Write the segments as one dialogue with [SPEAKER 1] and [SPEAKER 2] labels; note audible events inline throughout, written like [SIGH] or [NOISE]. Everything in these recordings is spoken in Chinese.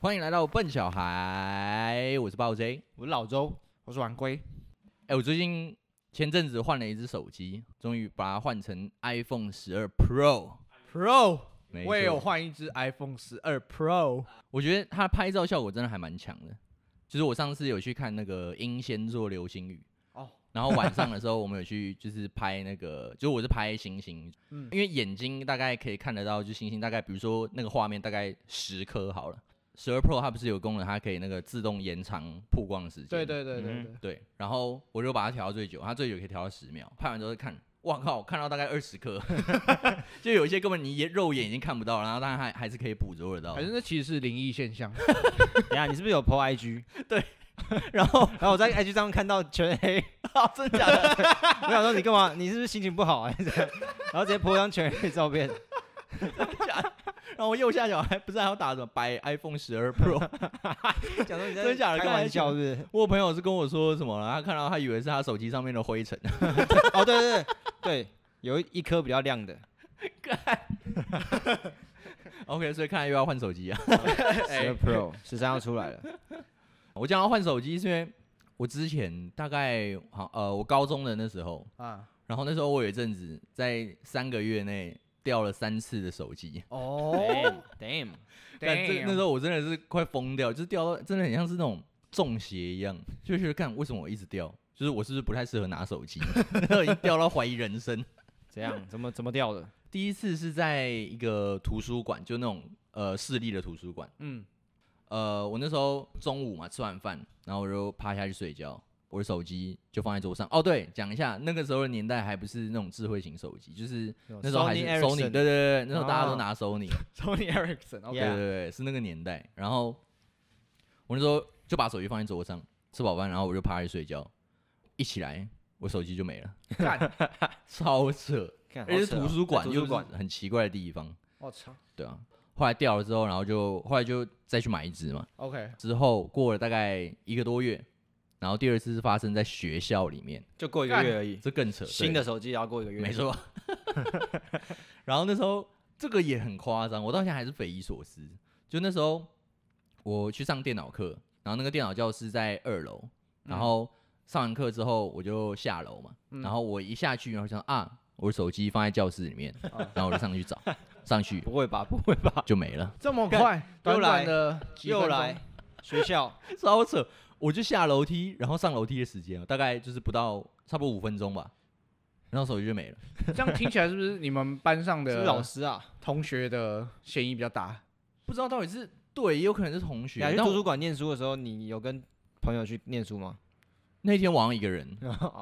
[SPEAKER 1] 欢迎来到笨小孩，我是暴 J。
[SPEAKER 2] 我是老周，我是晚归。
[SPEAKER 1] 哎、我最近前阵子换了一只手机，终于把它换成 iPhone 十二 Pro。
[SPEAKER 2] Pro，
[SPEAKER 1] 没
[SPEAKER 2] 我也
[SPEAKER 1] 错
[SPEAKER 2] 有换一只 iPhone 十二 Pro，
[SPEAKER 1] 我觉得它拍照效果真的还蛮强的。就是我上次有去看那个英仙座流星雨，
[SPEAKER 2] 哦，
[SPEAKER 1] [LAUGHS] 然后晚上的时候我们有去就是拍那个，就是我是拍星星，
[SPEAKER 2] 嗯
[SPEAKER 1] 因为眼睛大概可以看得到，就星星大概比如说那个画面大概十颗好了。十二 Pro 它不是有功能，它可以那个自动延长曝光时间。
[SPEAKER 2] 对对对对
[SPEAKER 3] 嗯
[SPEAKER 2] 对，
[SPEAKER 1] 对，然后我就把它调到最久，它最久可以调到十秒。拍完之后看，哇靠，看到大概二十颗， [LAUGHS] 就有一些根本你眼肉眼已经看不到，然后当然还还是可以捕捉得到
[SPEAKER 2] 反。正那其实是灵异现象。
[SPEAKER 3] [LAUGHS] 等一下你是不是有
[SPEAKER 2] [LAUGHS]
[SPEAKER 3] PO IG？
[SPEAKER 1] 然后
[SPEAKER 3] [LAUGHS] 然后我在 IG 上面看到
[SPEAKER 2] [LAUGHS]
[SPEAKER 3] 全黑，
[SPEAKER 2] 哦
[SPEAKER 1] 啊，真的假的？
[SPEAKER 3] [LAUGHS] 我想说你干嘛？你是不是心情不好啊？ [LAUGHS] 然后直接 PO 张全黑
[SPEAKER 2] [LAUGHS]
[SPEAKER 3] 照片，
[SPEAKER 1] 然后我右下角还不是还要打什么白 iPhone 十二 Pro？ [LAUGHS]
[SPEAKER 3] 讲说你
[SPEAKER 1] 真的假的
[SPEAKER 3] 开玩笑是不是？
[SPEAKER 1] 我有朋友是跟我说什么了，他看到他以为是他手机上面的灰尘，
[SPEAKER 3] 哦，对对对对，有一一颗比较亮的，
[SPEAKER 1] 干 OK，所以看来又要换手机啊。 [LAUGHS]
[SPEAKER 2] 哎
[SPEAKER 3] 十二 Pro 十三要出来了，
[SPEAKER 1] 我讲要换手机是因为我之前大概好呃，我高中的那时候，
[SPEAKER 2] 啊，
[SPEAKER 1] 然后那时候我有一阵子在三个月内掉了三次的手机，
[SPEAKER 2] 哦，
[SPEAKER 3] ，damn，
[SPEAKER 1] 但这那时
[SPEAKER 2] 候
[SPEAKER 1] 候我真的是快疯掉，就是掉到真的很像是那种中邪一样，就觉得看为什么我一直掉，就是我是不是不太适合拿手机， [LAUGHS] 然后已经掉到怀疑人生。
[SPEAKER 3] 怎样？怎么怎么掉的？
[SPEAKER 1] 第一次是在一个图书馆，就那种呃市立的图书馆，
[SPEAKER 2] 嗯，
[SPEAKER 1] 呃我那时候中午嘛吃完饭，然后我就趴下去睡觉。我的手机就放在桌上哦，对，讲一下那个时候的年代还不是那种智慧型手机，就是那时候还是
[SPEAKER 3] Sony
[SPEAKER 1] Sony，
[SPEAKER 3] Ericsson
[SPEAKER 1] 对对对，那时候大家都
[SPEAKER 3] 哦
[SPEAKER 1] 拿 Sony，、
[SPEAKER 2] Sony Ericsson，OK，
[SPEAKER 1] 对
[SPEAKER 3] Yeah
[SPEAKER 1] 对对，是那个年代。然后我那时候就把手机放在桌上，吃饱饭，然后我就趴下去睡觉，一起来我手机就没了，
[SPEAKER 2] 干，
[SPEAKER 1] [LAUGHS] 超扯！
[SPEAKER 3] 看
[SPEAKER 1] 而且是
[SPEAKER 3] 好扯
[SPEAKER 1] 图
[SPEAKER 3] 哦
[SPEAKER 1] 书馆，
[SPEAKER 3] 在
[SPEAKER 1] 又
[SPEAKER 3] 图
[SPEAKER 1] 是
[SPEAKER 3] 书馆
[SPEAKER 1] 很奇怪的地方，
[SPEAKER 2] 我操
[SPEAKER 1] 对啊。后来掉了之后，然后就后来就再去买一只嘛。
[SPEAKER 2] ，OK，
[SPEAKER 1] 之后过了大概一个多月，然后第二次是发生在学校里面，
[SPEAKER 3] 就过一个月而已，
[SPEAKER 1] 这更扯，对
[SPEAKER 3] 新的手机也要过一个月，
[SPEAKER 1] 没，错。 [LAUGHS] 然后那时候这个也很夸张，我到现在还是匪夷所思。就那时候我去上电脑课，然后那个电脑教室在二楼，
[SPEAKER 2] 嗯
[SPEAKER 1] 然后上完课之后我就下楼嘛，然后我一下去，然后想啊，我手机放在教室里面，
[SPEAKER 2] 哦
[SPEAKER 1] 然后我就上
[SPEAKER 2] [LAUGHS]
[SPEAKER 1] 去找，上去
[SPEAKER 3] 不会吧？ [LAUGHS] 不会吧？
[SPEAKER 1] 就没了， [LAUGHS]
[SPEAKER 2] 这么快，短
[SPEAKER 3] 又来
[SPEAKER 2] 短的几分
[SPEAKER 3] 又
[SPEAKER 2] 钟 [LAUGHS]
[SPEAKER 3] 来，学校， [LAUGHS]
[SPEAKER 1] 超扯。我就下楼梯，然后上楼梯的时间哦大概就是不到差不多五分钟吧，然后手机就没了。
[SPEAKER 2] 这样听起来是不是你们班上
[SPEAKER 3] [LAUGHS] 是不
[SPEAKER 2] 的
[SPEAKER 3] 是老师啊？
[SPEAKER 2] 同学的嫌疑比较大？
[SPEAKER 1] 不知道到底是对，也有可能是同学。
[SPEAKER 3] 你
[SPEAKER 1] 但
[SPEAKER 3] 去图
[SPEAKER 1] 我
[SPEAKER 3] 书馆念书的时候，你有跟朋友去念书 [LAUGHS] 吗？
[SPEAKER 1] 那天晚上一个人，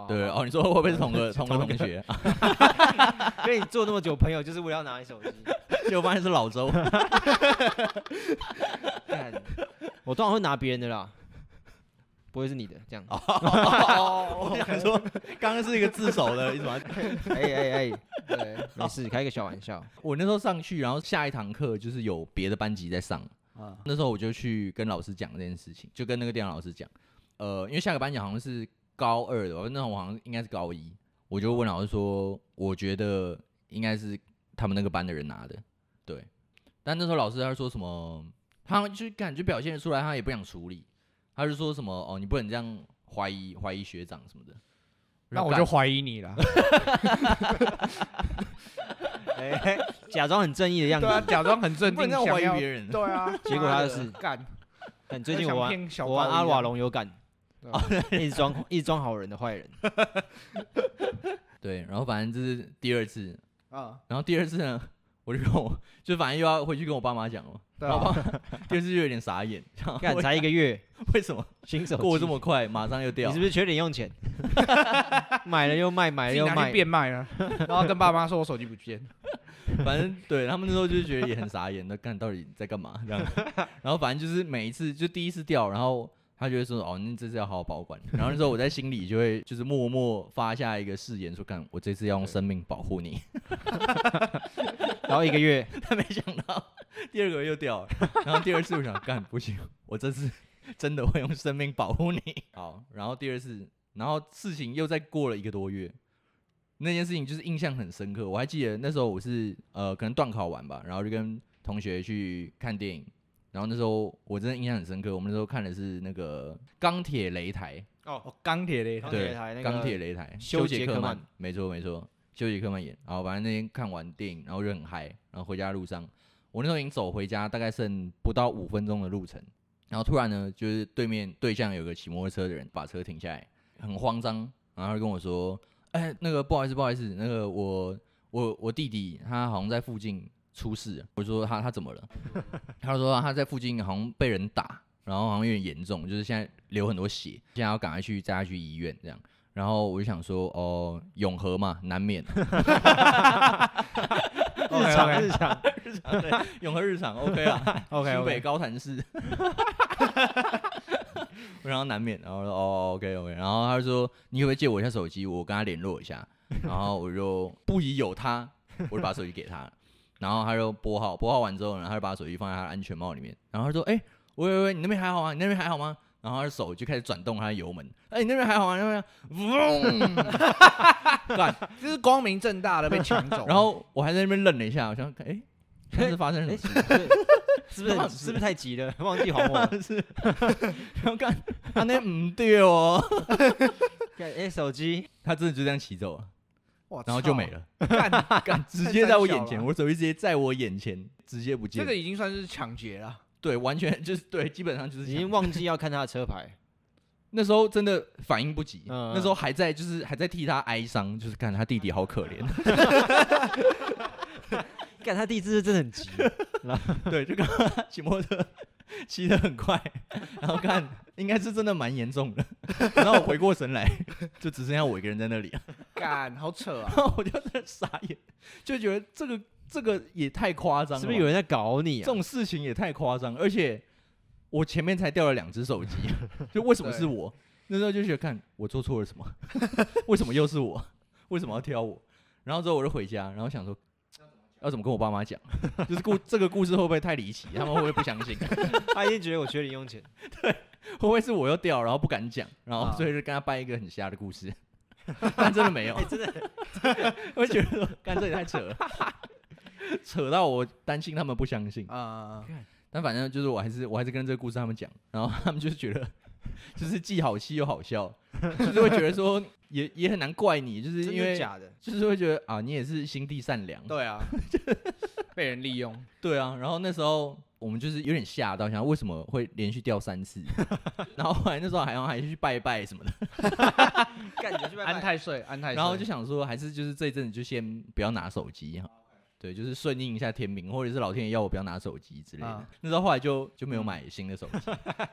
[SPEAKER 1] 对
[SPEAKER 3] [LAUGHS]
[SPEAKER 1] 哦，你说会不会是同个 [LAUGHS] 同个同学？啊
[SPEAKER 3] 跟你做那么久朋友，就是为了要拿你手机。
[SPEAKER 1] 结果发现是老 [LAUGHS] 周，
[SPEAKER 3] [LAUGHS] 干我通常会拿别人的啦，不会是你的这样。
[SPEAKER 1] 我想说刚刚是一个自首的，你怎么？
[SPEAKER 3] [LAUGHS] 哎哎哎，
[SPEAKER 2] 对，
[SPEAKER 3] 没事，开个小玩笑。
[SPEAKER 1] 我那时候上去，然后下一堂课就是有别的班级在上，
[SPEAKER 2] 啊，
[SPEAKER 1] 那时候我就去跟老师讲这件事情，就跟那个电脑老师讲，呃，因为下个班级好像是高二的吧，那我好像应该是高一，我就问老师说，我觉得应该是他们那个班的人拿的，对，但那时候老师他说什么，他就感觉表现得出来，他也不想处理，他就说什么哦，你不能这样怀疑怀疑学长什么的，
[SPEAKER 2] 那我就怀疑你了，
[SPEAKER 3] [LAUGHS] 哎，假装很正义的
[SPEAKER 2] [LAUGHS]
[SPEAKER 3] 样
[SPEAKER 2] 对啊，
[SPEAKER 3] 子。
[SPEAKER 2] 假装很
[SPEAKER 1] 干
[SPEAKER 2] 镇
[SPEAKER 1] 不能
[SPEAKER 2] 定，
[SPEAKER 1] 这样怀
[SPEAKER 2] 想要
[SPEAKER 1] 疑别人，
[SPEAKER 2] 对啊，
[SPEAKER 3] 结果
[SPEAKER 2] 妈
[SPEAKER 3] 他
[SPEAKER 2] 的
[SPEAKER 3] 就是
[SPEAKER 2] 干，
[SPEAKER 3] 但最近
[SPEAKER 2] 想
[SPEAKER 3] 我玩
[SPEAKER 2] 骗小
[SPEAKER 3] 我玩
[SPEAKER 2] 报一
[SPEAKER 3] 阿
[SPEAKER 2] 样
[SPEAKER 3] 瓦隆有感哦
[SPEAKER 2] 对啊，
[SPEAKER 3] 一直装一直装好人的坏人。
[SPEAKER 1] 对，然后反正这是第二次，
[SPEAKER 2] 啊，
[SPEAKER 1] 然后第二次呢，我就跟我就反正又要回去跟我爸妈讲了，
[SPEAKER 2] 对
[SPEAKER 1] 然后我
[SPEAKER 2] 啊，
[SPEAKER 1] 爸妈第二次就有点傻眼， [LAUGHS]
[SPEAKER 3] 干才一个月，
[SPEAKER 1] 为什么
[SPEAKER 3] 新手机
[SPEAKER 1] 过这么快，马上又
[SPEAKER 3] 你
[SPEAKER 1] 掉
[SPEAKER 3] 是？不是缺零用钱？买了又卖，买
[SPEAKER 2] 自
[SPEAKER 3] 了
[SPEAKER 2] 己拿
[SPEAKER 3] 又卖
[SPEAKER 2] 去，变卖了， [LAUGHS] 然后跟爸妈说我手机不见，
[SPEAKER 1] 反正对他们那时候就觉得也很傻眼，那干到底在干嘛这样？然后反正就是每一次就第一次掉，然后他就会说哦，那这次要好好保管。然后那时候我在心里就会就是默默发下一个誓言，说干我这次要用生命保护你。
[SPEAKER 3] 然后一个月，
[SPEAKER 1] 但没想到第二个又掉了，然后第二次我想干不行，我这次 [LAUGHS] 真的会用生命保护你。好，然后第二次，然后事情又再过了一个多月，那件事情就是印象很深刻。我还记得那时候我是呃可能断考完吧，然后就跟同学去看电影，然后那时候我真的印象很深刻，我们那时候看的是那个钢铁擂台，
[SPEAKER 2] 哦，钢铁擂
[SPEAKER 3] 钢
[SPEAKER 2] 台
[SPEAKER 3] 铁
[SPEAKER 1] 对
[SPEAKER 3] 擂台那，个
[SPEAKER 1] 钢铁擂台，
[SPEAKER 3] 修
[SPEAKER 1] 修
[SPEAKER 3] 杰
[SPEAKER 1] 杰
[SPEAKER 3] 克
[SPEAKER 1] 克
[SPEAKER 3] 曼
[SPEAKER 1] 曼，没错没错，修杰克曼演。然后反正那天看完电影，然后就很嗨，然后回家路上，我那时候已经走回家，大概剩不到五分钟的路程，然后突然呢，就是对面对象有个骑摩托车的人把车停下来，很慌张，然后他就跟我说：“哎、那个不好意思，不好意思，那个我我我弟弟他好像在附近出事了。”我说他他怎么了？ [LAUGHS] 他说他在附近好像被人打，然后好像有点严重，就是现在流很多血，现在要赶快去带他去医院这样。然后我就想说，哦，永和嘛，难免
[SPEAKER 3] 日常日常，
[SPEAKER 1] [LAUGHS] 永和日常 OK 啊。 [LAUGHS]
[SPEAKER 2] ，OK
[SPEAKER 1] 新北
[SPEAKER 2] OK，
[SPEAKER 1] 高潭市。 [LAUGHS] 然后难免，然后我说哦，OK OK，然后他就说你可不可以借我一下手机，我跟他联络一下。然后我就不疑有他，我就把手机给他了。 [LAUGHS] 然后他就拨号，拨号完之后呢，他就把手机放在他的安全帽里面。然后他说：“哎、喂喂喂，你那边还好吗？你那边还好吗？”然后他的手就开始转动他的油门。哎、你那边还好吗？那边嗡，干。，
[SPEAKER 2] 这是光明正大的被抢走
[SPEAKER 1] [LAUGHS] 然后我还在那边愣了一下，我想，哎、现在是发生了什么事？
[SPEAKER 3] 是不是是不是太急了？ [LAUGHS] 忘记还我了。
[SPEAKER 1] 要干，他那唔对哦。
[SPEAKER 3] 看哎，手机
[SPEAKER 1] [LAUGHS] 他真的就这样骑走了，
[SPEAKER 2] 哇
[SPEAKER 1] 然后就没，了，
[SPEAKER 2] 操干
[SPEAKER 1] 干， [LAUGHS] 直
[SPEAKER 2] 太
[SPEAKER 1] 接
[SPEAKER 2] 三
[SPEAKER 1] 在我
[SPEAKER 2] 小
[SPEAKER 1] 眼
[SPEAKER 2] 了
[SPEAKER 1] 前，我手机直接在我眼前，直接不
[SPEAKER 2] 这
[SPEAKER 1] 见。
[SPEAKER 2] 个已经算是抢劫了，
[SPEAKER 1] 对，完全 [LAUGHS] 就是对，基本上就是
[SPEAKER 3] 已
[SPEAKER 1] 抢
[SPEAKER 3] 经忘记要看他的车牌，
[SPEAKER 1] 那时候真的反应不及，
[SPEAKER 3] 嗯嗯
[SPEAKER 1] 那时候还在就是还在替他哀伤，就是看他弟弟好可怜，
[SPEAKER 3] 看他第一次真的很急，
[SPEAKER 1] [LAUGHS] 对，就看他骑摩托车骑得很快， [LAUGHS] 然后看应该是真的蛮严重的， [LAUGHS] 然后我回过神来， [LAUGHS] 就只剩下我一个人在那里， [LAUGHS]
[SPEAKER 2] 干，好扯啊
[SPEAKER 1] 然！后我就在那傻眼，就觉得这个这个也太夸张了吧，
[SPEAKER 3] 是不是有人在搞你
[SPEAKER 1] 这
[SPEAKER 3] 啊？
[SPEAKER 1] 种事情也太夸张，而且我前面才掉了两只手机，就为什么是我？那时候就觉得看我做错了什么， [LAUGHS] 为什么又是我？为什么要挑我？然后之后我就回家，然后想说要怎么跟我爸妈讲，就是故这个故事会不会太离奇？他们会不会不相信？会
[SPEAKER 3] 他一定觉得我缺零用 [LAUGHS] 钱。
[SPEAKER 1] 不会是我又掉，然后不敢讲，然后
[SPEAKER 3] 啊
[SPEAKER 1] 所以就跟他掰一个很瞎的故事？但真的没
[SPEAKER 3] [LAUGHS]
[SPEAKER 1] 有，
[SPEAKER 3] 哦真的，
[SPEAKER 1] 我觉得说干这也太扯了， [LAUGHS] 扯到我担心他们不相信。
[SPEAKER 2] 啊，
[SPEAKER 1] 但反正就是我还是我还是跟这个故事他们讲，然后他们就是觉得就是既好气又好笑，就是会觉得说也也很难怪你，就是
[SPEAKER 3] 真
[SPEAKER 1] 因
[SPEAKER 3] 的
[SPEAKER 1] 为
[SPEAKER 3] 假的？
[SPEAKER 1] 就是会觉得啊你也是心地善良，
[SPEAKER 2] 对啊，被人利用，
[SPEAKER 1] 对啊。然后那时候我们就是有点吓到，想为什么会连续掉三
[SPEAKER 3] [LAUGHS]
[SPEAKER 1] 次，然后后来那时候好像还去拜拜什么的，
[SPEAKER 3] 干你去
[SPEAKER 2] 安太岁，安太岁，
[SPEAKER 1] 啊然后就想说还是就是这一阵子就先不要拿手机哈。对，就是顺应一下天命，或者是老天爷要我不要拿手机之类的。
[SPEAKER 2] 啊嗯
[SPEAKER 1] 那时候后来就就没有买新的手机，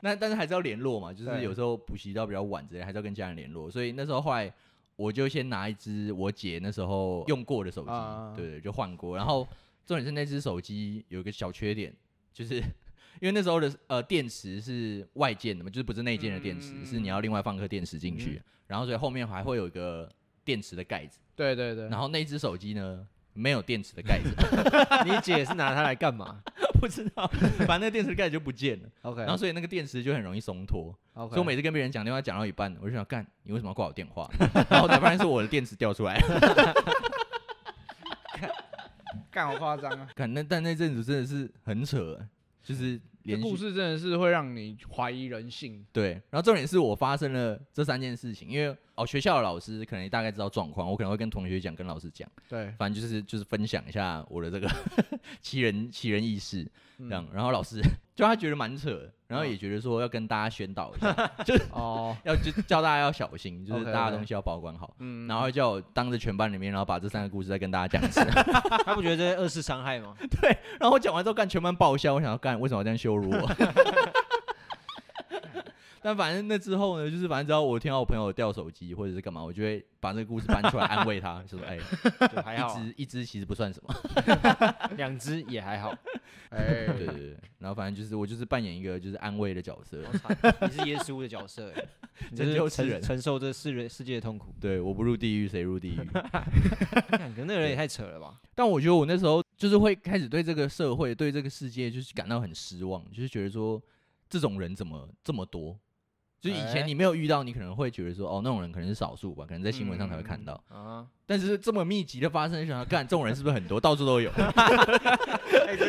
[SPEAKER 1] 那但是还是要联络嘛，就是
[SPEAKER 2] 对
[SPEAKER 1] 有时候补习到比较晚之类，还是要跟家人联络。所以那时候后来我就先拿一只我姐那时候用过的手机，
[SPEAKER 2] 啊
[SPEAKER 1] 对对，就换过。然后重点是那只手机有一个小缺点，就是 [LAUGHS] 因为那时候的呃电池是外建的嘛，就是不是内建的电池，
[SPEAKER 2] 嗯
[SPEAKER 1] 是你要另外放颗电池进去，然后所以后面还会有一个电池的盖子。
[SPEAKER 2] 对对对，
[SPEAKER 1] 然后那只手机呢没有电池的盖子， [LAUGHS]
[SPEAKER 3] 你姐是拿它来干嘛？
[SPEAKER 1] 不知
[SPEAKER 2] [LAUGHS]
[SPEAKER 1] 道，反正那个电池盖子就不见了。
[SPEAKER 2] OK，
[SPEAKER 1] 然后所以那个电池就很容易松脱，所以我每次跟别人讲电话讲到一半，我就想干，你为什么要挂我
[SPEAKER 2] [LAUGHS]
[SPEAKER 1] 电话？然后才发现是我的电池掉出来。 [LAUGHS]
[SPEAKER 2] 干好夸张啊！
[SPEAKER 1] 干那但那阵子真的是很扯，就是
[SPEAKER 2] 这
[SPEAKER 1] 连续
[SPEAKER 2] 故事真的是会让你怀疑人性。
[SPEAKER 1] 对，然后重点是我发生了这三件事情，因为哦学校的老师可能大概知道状况，我可能会跟同学讲，跟老师讲， [LAUGHS]
[SPEAKER 2] 对，
[SPEAKER 1] 反正就是就是分享一下我的这个 [LAUGHS] 奇人奇人异事
[SPEAKER 3] 嗯
[SPEAKER 1] 这样，然后老师 [LAUGHS] 就他觉得蛮扯的，然后也觉得说要跟大家宣导一下，
[SPEAKER 2] 哦，
[SPEAKER 1] 要
[SPEAKER 3] [LAUGHS]
[SPEAKER 1] 就叫大家要小心，就是
[SPEAKER 2] OK，OK
[SPEAKER 1] 大家东西要保管好。
[SPEAKER 2] 嗯
[SPEAKER 1] 然后叫我当着全班里面，然后把这三个故事再跟大家讲
[SPEAKER 3] [LAUGHS]
[SPEAKER 1] 一次。
[SPEAKER 3] [LAUGHS] 他不觉得这是二次伤害吗？
[SPEAKER 1] 然后我讲完之后，干全班爆笑，我想要干，为什么要这样羞辱我？ [LAUGHS] 但反正那之后呢，就是反正只要我听到我朋友掉手机或者是干嘛，我就会把这个故事搬出来安慰他，就说：“哎、
[SPEAKER 3] 对 [LAUGHS] 还好
[SPEAKER 1] 一
[SPEAKER 3] 啊，
[SPEAKER 1] 只一只其实不算什么。
[SPEAKER 3] [LAUGHS] 两只也还好。
[SPEAKER 2] 哎，”
[SPEAKER 1] 对对对。然后反正就是我就是扮演一个就是安慰的角色，
[SPEAKER 3] 你是耶稣的角色 [LAUGHS] 欸，你
[SPEAKER 1] 拯救
[SPEAKER 3] 就是
[SPEAKER 1] 世
[SPEAKER 3] 承
[SPEAKER 1] 人
[SPEAKER 3] 承受这世人世界的痛 [LAUGHS] 苦。
[SPEAKER 1] 对，我不入地狱谁入地狱？
[SPEAKER 3] 感觉那个人也太扯了吧？
[SPEAKER 1] 但我觉得我那时候就是会开始对这个社会、对这个世界就是感到很失望，就是觉得说这种人怎么这么多？就是以前
[SPEAKER 3] 哎
[SPEAKER 1] 你没有遇到，你可能会觉得说哦，那种人可能是少数吧，可能在新闻上才会看到。
[SPEAKER 3] 啊，
[SPEAKER 1] 但是这么密集的发生，就想要
[SPEAKER 3] [LAUGHS]
[SPEAKER 1] 干这种人是不是很多，到处都有？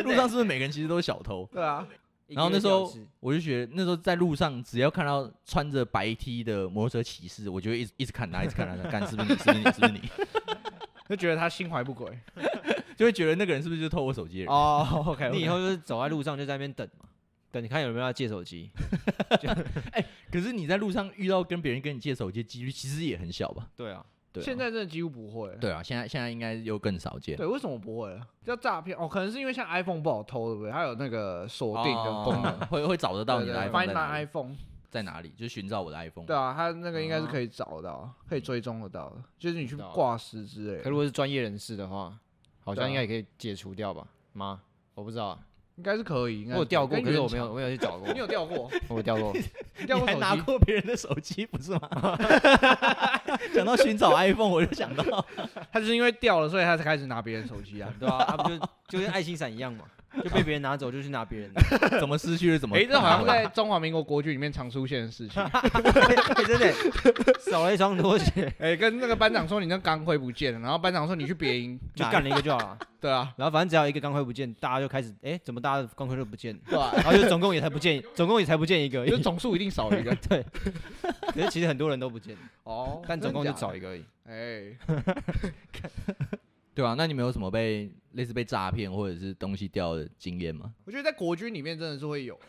[SPEAKER 1] 路上是不是每个人其实都是小偷？
[SPEAKER 2] 对啊，
[SPEAKER 3] 一个
[SPEAKER 1] 然后那
[SPEAKER 3] 月
[SPEAKER 1] 时
[SPEAKER 3] 掉一
[SPEAKER 1] 候
[SPEAKER 3] 次
[SPEAKER 1] 我就觉得，那时候在路上，只要看到穿着白 T 的摩托车骑士，我就会一直一直看他，一直看他，干是不是你？是不是你？是不是你？
[SPEAKER 2] 就觉得他心怀不轨。
[SPEAKER 1] 就会觉得那个人是不是就偷我手机的人？
[SPEAKER 2] 哦，OK，
[SPEAKER 3] 你以后就是走在路上就在那边等嘛，等你看有没有要借手机。
[SPEAKER 1] 可是你在路上遇到跟别人跟你借手机的几率其实也很小吧？
[SPEAKER 3] 对啊，
[SPEAKER 1] 对啊、
[SPEAKER 2] 现在真的几乎不会。
[SPEAKER 1] 对啊，现在现在应该又更少见。
[SPEAKER 2] 对，为啊什么不会了？叫诈骗哦，可能是因为像 iPhone 不好偷，对不对？它有那个锁定的功能，
[SPEAKER 1] 哦会会找 [LAUGHS] 得到你
[SPEAKER 2] 对
[SPEAKER 1] 的
[SPEAKER 2] 对
[SPEAKER 1] iPhone 在
[SPEAKER 2] Find
[SPEAKER 1] 哪
[SPEAKER 2] My
[SPEAKER 1] 里
[SPEAKER 2] iPhone，
[SPEAKER 1] 在哪里，就寻找我的 iPhone。
[SPEAKER 2] 对啊，它那个应该是
[SPEAKER 3] 啊
[SPEAKER 2] 可以找到，可以追踪得到的，就是你去
[SPEAKER 3] 知道了
[SPEAKER 2] 挂失之类
[SPEAKER 3] 可如
[SPEAKER 2] 的，
[SPEAKER 3] 果是专业人士的话，好
[SPEAKER 2] 对
[SPEAKER 3] 像
[SPEAKER 2] 啊
[SPEAKER 3] 应该也可以解除掉吧？妈，我不知道啊，
[SPEAKER 2] 应该是可以。应
[SPEAKER 3] 我
[SPEAKER 2] 该
[SPEAKER 3] 有掉过，
[SPEAKER 2] 跟
[SPEAKER 3] 可是
[SPEAKER 2] 原
[SPEAKER 3] 我没有，
[SPEAKER 2] 厂，
[SPEAKER 3] 我没有去找过
[SPEAKER 2] 你，有掉 [LAUGHS] 过？
[SPEAKER 3] 我有掉 [LAUGHS] 过。
[SPEAKER 2] 你掉过手机？
[SPEAKER 1] 过别人的手机不是吗？
[SPEAKER 2] [LAUGHS]
[SPEAKER 1] 想到寻找 iPhone，我就想到，
[SPEAKER 2] 他就是因为掉了，所以他才开始拿别人手机啊。
[SPEAKER 3] 对啊，啊不就就跟爱心伞一样嘛，就被别人拿走就去拿别人 [LAUGHS] 的，
[SPEAKER 1] 怎么失去了怎
[SPEAKER 2] [LAUGHS]
[SPEAKER 1] 么？
[SPEAKER 2] 哎，这好像在中华民国国剧里面常出现的事 [LAUGHS] 情。
[SPEAKER 3] 对哎真 [LAUGHS] 的少了一双拖鞋，
[SPEAKER 2] 哎，跟那个班长说你那钢盔不见了，然后班长说你去别营，
[SPEAKER 3] 就干了一个就好了。
[SPEAKER 2] 对啊，
[SPEAKER 3] 然后反正只要一个钢盔不见，大家就开始哎，怎么大家的钢盔都不见？
[SPEAKER 2] 对吧？
[SPEAKER 3] 然后就总共也才不见，
[SPEAKER 2] [LAUGHS]
[SPEAKER 3] 总共也才不见一个而已，
[SPEAKER 2] 就总数一定少一 [LAUGHS] 个
[SPEAKER 3] 对。可 [LAUGHS] 是其实很多人都不
[SPEAKER 2] [LAUGHS]
[SPEAKER 3] 见，
[SPEAKER 2] 哦，
[SPEAKER 3] 但总共就
[SPEAKER 2] 真的假
[SPEAKER 3] 找
[SPEAKER 2] 的
[SPEAKER 3] 一个而已。
[SPEAKER 2] 哎，
[SPEAKER 1] 对啊，那你们有什么被类似被诈骗或者是东西掉的经验吗？
[SPEAKER 2] 我觉得在国军里面真的是 [LAUGHS] 会有，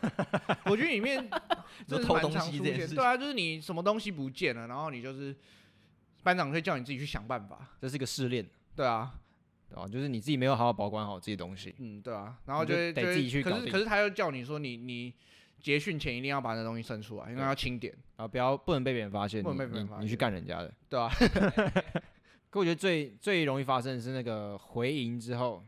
[SPEAKER 2] 国军里面
[SPEAKER 1] 你
[SPEAKER 2] 真
[SPEAKER 1] 说
[SPEAKER 2] 的是
[SPEAKER 1] 偷
[SPEAKER 2] 蛮
[SPEAKER 1] 东
[SPEAKER 2] 常
[SPEAKER 1] 西
[SPEAKER 2] 出
[SPEAKER 1] 这件
[SPEAKER 2] 现
[SPEAKER 1] 事
[SPEAKER 2] 对啊，就是你什么东西不见了，然后你就是班长会叫你自己去想办法，
[SPEAKER 3] 这是一个试炼，
[SPEAKER 2] 对啊，
[SPEAKER 3] 对吧？就是你自己没有好好保管好自己的东西，
[SPEAKER 2] 嗯，对啊，然后
[SPEAKER 3] 你就
[SPEAKER 2] 会
[SPEAKER 3] 得
[SPEAKER 2] 就会
[SPEAKER 3] 自己去
[SPEAKER 2] 可
[SPEAKER 3] 搞
[SPEAKER 2] 是
[SPEAKER 3] 定
[SPEAKER 2] 可是他又叫你说你你结训前一定要把那东西伸出来，因为要清点，
[SPEAKER 3] 然后不要不能被别人发现，
[SPEAKER 2] 不能
[SPEAKER 3] 你
[SPEAKER 2] 被别人
[SPEAKER 3] 你
[SPEAKER 2] 发
[SPEAKER 3] 你去
[SPEAKER 2] 现
[SPEAKER 3] 干人家的，
[SPEAKER 2] 对啊。 [LAUGHS]
[SPEAKER 3] 可我觉得最最容易发生的是那个回营之后，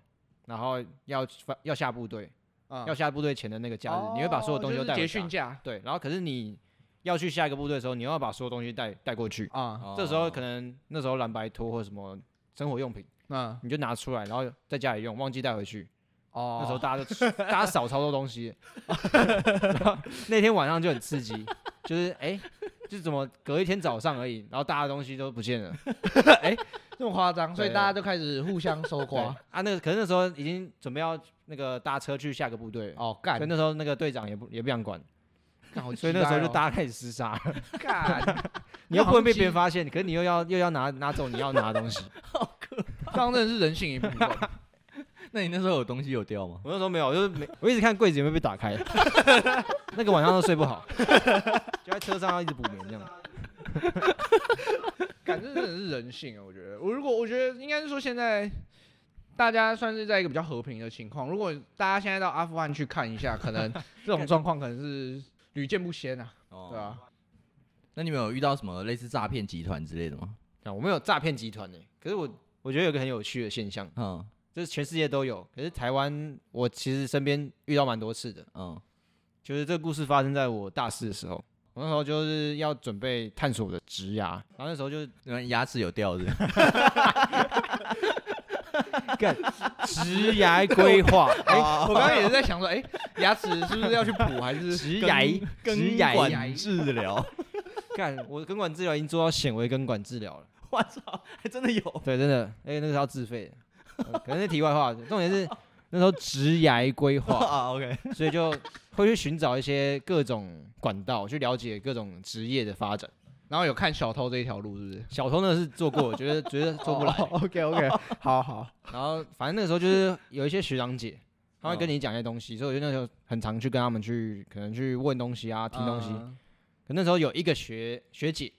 [SPEAKER 3] 然后要发要下部队，
[SPEAKER 2] 啊，
[SPEAKER 3] 要下部队前的那个假日，你会把所有东西都
[SPEAKER 2] 哦
[SPEAKER 3] 带
[SPEAKER 2] 结
[SPEAKER 3] 回
[SPEAKER 2] 训
[SPEAKER 3] 家。
[SPEAKER 2] 假
[SPEAKER 3] 对，然后可是你要去下一个部队的时候，你又要把所有东西带带过去。
[SPEAKER 2] 啊，
[SPEAKER 3] 这时候可能那时候蓝白拖或什么生活用品，
[SPEAKER 2] 嗯，
[SPEAKER 3] 你就拿出来，然后在家里用，忘记带回去。
[SPEAKER 2] 哦，
[SPEAKER 3] 那时候大家就大家少超多东西， [LAUGHS] 然后那天晚上就很刺激，就是哎、就怎么隔一天早上而已，然后大家的东西都不见了。
[SPEAKER 2] 这么夸张，所以
[SPEAKER 3] 对
[SPEAKER 2] 大家就开始互相搜
[SPEAKER 1] [LAUGHS]
[SPEAKER 3] 对
[SPEAKER 2] 刮，
[SPEAKER 3] 啊，那个可是那时候已经准备要那个搭车去下个部队了，
[SPEAKER 2] 哦，干
[SPEAKER 3] 所以，那时候那个队长也不也不想管，
[SPEAKER 2] 干 [LAUGHS] 好
[SPEAKER 3] 所以
[SPEAKER 2] 期
[SPEAKER 3] 那时候
[SPEAKER 2] 待
[SPEAKER 3] 就
[SPEAKER 2] 哦
[SPEAKER 3] 大家开始厮
[SPEAKER 2] [LAUGHS]
[SPEAKER 3] 杀。 [LAUGHS]
[SPEAKER 2] 干，
[SPEAKER 3] 你又不能被
[SPEAKER 2] 好
[SPEAKER 3] 别人
[SPEAKER 2] 激
[SPEAKER 3] 发现，可是你又要又要拿拿走你要拿的东西。
[SPEAKER 2] [LAUGHS] 这样真的是人性一部分。
[SPEAKER 1] 那你那时候有东西有掉吗？
[SPEAKER 3] 我那时候没有，我就是没，我一直看柜子有没有被打开。那个晚上都睡不好，就在车上要一直补眠这样。
[SPEAKER 2] 感觉真的是人性啊！我觉得，我如果我觉得应该是说现在大家算是在一个比较和平的情况。如果大家现在到阿富汗去看一下，可
[SPEAKER 3] [LAUGHS]
[SPEAKER 2] 能这种状况可能是屡见不鲜啊，
[SPEAKER 1] 哦
[SPEAKER 2] 对吧、啊？
[SPEAKER 1] 那你们有遇到什么类似诈骗集团之类的吗？
[SPEAKER 3] 啊，我们有诈骗集团呢、可是我我觉得有个很有趣的现象，
[SPEAKER 1] 嗯
[SPEAKER 3] 就是全世界都有，可是台湾我其实身边遇到蛮多次的。
[SPEAKER 1] 嗯
[SPEAKER 3] 就是这个故事发生在我大四的时候，我那时候就是要准备探索我的职涯，然后那时候就是，
[SPEAKER 1] 那牙齿有掉是不是？
[SPEAKER 3] [LAUGHS] 干职涯规划，
[SPEAKER 2] 哎、我刚刚也是在想说，哎、牙齿是不是要去补，还是
[SPEAKER 3] [LAUGHS] 职
[SPEAKER 1] 根
[SPEAKER 3] 涯职
[SPEAKER 1] 根
[SPEAKER 3] 涯
[SPEAKER 1] 管治疗，
[SPEAKER 3] 干，我根管治疗已经做到显微根管治疗了。
[SPEAKER 1] 我操，还真的
[SPEAKER 3] [LAUGHS]
[SPEAKER 1] 有。
[SPEAKER 3] 对，真的，哎、那个是要自费的。呃可能是题外话，重点是那时候职涯规划，
[SPEAKER 1] 啊，OK，
[SPEAKER 3] 所以就会去寻找一些各种管道，去了解各种职业的发展。
[SPEAKER 2] 然后有看小偷这一条路，是不是？
[SPEAKER 3] 小偷呢是做过，觉得觉得做不来。
[SPEAKER 2] OK [LAUGHS] OK，好好，
[SPEAKER 3] [LAUGHS] 然后反正那个时候就是有一些学长姐，他会跟你讲一些东西，所以我就那时候很常去跟他们去，可能去问东西啊，听东西。
[SPEAKER 2] 嗯
[SPEAKER 3] 可那时候有一个学学姐，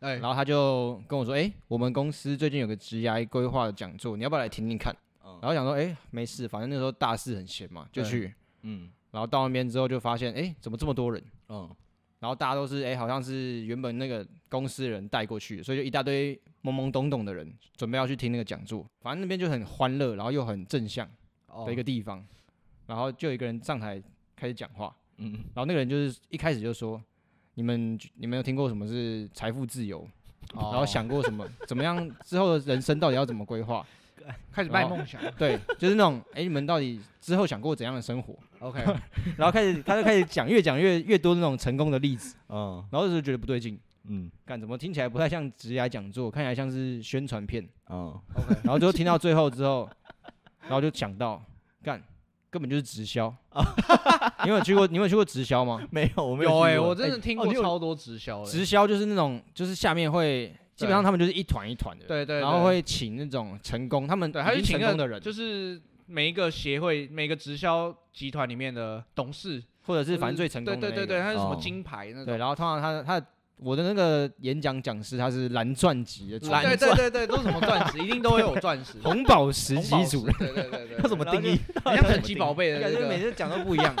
[SPEAKER 2] 哎、
[SPEAKER 3] 然后她就跟我说：“哎、我们公司最近有个职涯规划的讲座，你要不要来听听看？”
[SPEAKER 1] 嗯
[SPEAKER 3] 然后想说，哎、没事，反正那时候大四很闲嘛，就
[SPEAKER 2] 对
[SPEAKER 3] 去。
[SPEAKER 1] 嗯
[SPEAKER 3] 然后到那边之后就发现，哎、怎么这么多人？
[SPEAKER 1] 嗯，
[SPEAKER 3] 然后大家都是，哎、好像是原本那个公司的人带过去的，所以就一大堆懵懵懂懂的人准备要去听那个讲座。反正那边就很欢乐，然后又很正向的一
[SPEAKER 2] 哦
[SPEAKER 3] 个地方。然后就有一个人上台开始讲话，
[SPEAKER 1] 嗯，
[SPEAKER 3] 然后那个人就是一开始就说：“你们你们有听过什么是财富自由？
[SPEAKER 2] 哦
[SPEAKER 3] 然后想过什么怎么样之后的人生到底要怎么规划？
[SPEAKER 2] 开始卖梦
[SPEAKER 3] [LAUGHS]
[SPEAKER 2] 想。
[SPEAKER 3] 对，就是那种，哎、你们到底之后想过怎样的生活？”
[SPEAKER 2] OK，
[SPEAKER 3] 然后开始他就开始讲，越讲越越多那种成功的例子，
[SPEAKER 1] 嗯
[SPEAKER 3] 然后就觉得不对劲，
[SPEAKER 1] 嗯
[SPEAKER 3] 干怎么听起来不太像职涯讲座，看起来像是宣传片。
[SPEAKER 1] 嗯，
[SPEAKER 3] 然后就听到最后之后，然后就想到，干根本就是直
[SPEAKER 2] [LAUGHS]
[SPEAKER 3] 销。你有没有去过？你有没有去过直销吗？
[SPEAKER 1] 没有，我没
[SPEAKER 2] 有欸
[SPEAKER 3] 欸
[SPEAKER 1] 哎、
[SPEAKER 2] 我真的听
[SPEAKER 1] 哦
[SPEAKER 2] 过
[SPEAKER 1] 你有
[SPEAKER 2] 超多直销的，
[SPEAKER 3] 直销就是那种，就是下面会基本上他们就是一团一团的，
[SPEAKER 2] 对对，
[SPEAKER 3] 然后
[SPEAKER 2] 对
[SPEAKER 3] 会请那种成功，他们
[SPEAKER 2] 对，他
[SPEAKER 3] 已
[SPEAKER 2] 就
[SPEAKER 3] 经
[SPEAKER 2] 请
[SPEAKER 3] 成
[SPEAKER 2] 个
[SPEAKER 3] 功的人，
[SPEAKER 2] 就是每一个协会、每个直销集团里面的董事，
[SPEAKER 3] 或者
[SPEAKER 2] 就是
[SPEAKER 3] 反正最成功
[SPEAKER 2] 对嗯对
[SPEAKER 3] 的那个
[SPEAKER 2] 对对，他是什么
[SPEAKER 1] 哦
[SPEAKER 2] 金牌那
[SPEAKER 3] 对，
[SPEAKER 2] 种，
[SPEAKER 3] 然后通常他的他的我的那个演讲讲师他是蓝钻级的主
[SPEAKER 1] 蓝
[SPEAKER 3] 任，
[SPEAKER 2] 对对对对，都是什么钻
[SPEAKER 3] [LAUGHS]
[SPEAKER 2] 石，一定都会有钻石，
[SPEAKER 3] 红宝石
[SPEAKER 2] 红
[SPEAKER 3] 级
[SPEAKER 2] 宝
[SPEAKER 3] 主任
[SPEAKER 2] 石，对对对
[SPEAKER 3] [LAUGHS]
[SPEAKER 2] 对，
[SPEAKER 1] 他怎么定义？
[SPEAKER 2] 很像神奇宝贝的
[SPEAKER 3] 感
[SPEAKER 2] 那
[SPEAKER 3] 觉每
[SPEAKER 2] 个，
[SPEAKER 3] 次讲都
[SPEAKER 2] [LAUGHS]
[SPEAKER 3] 不一样，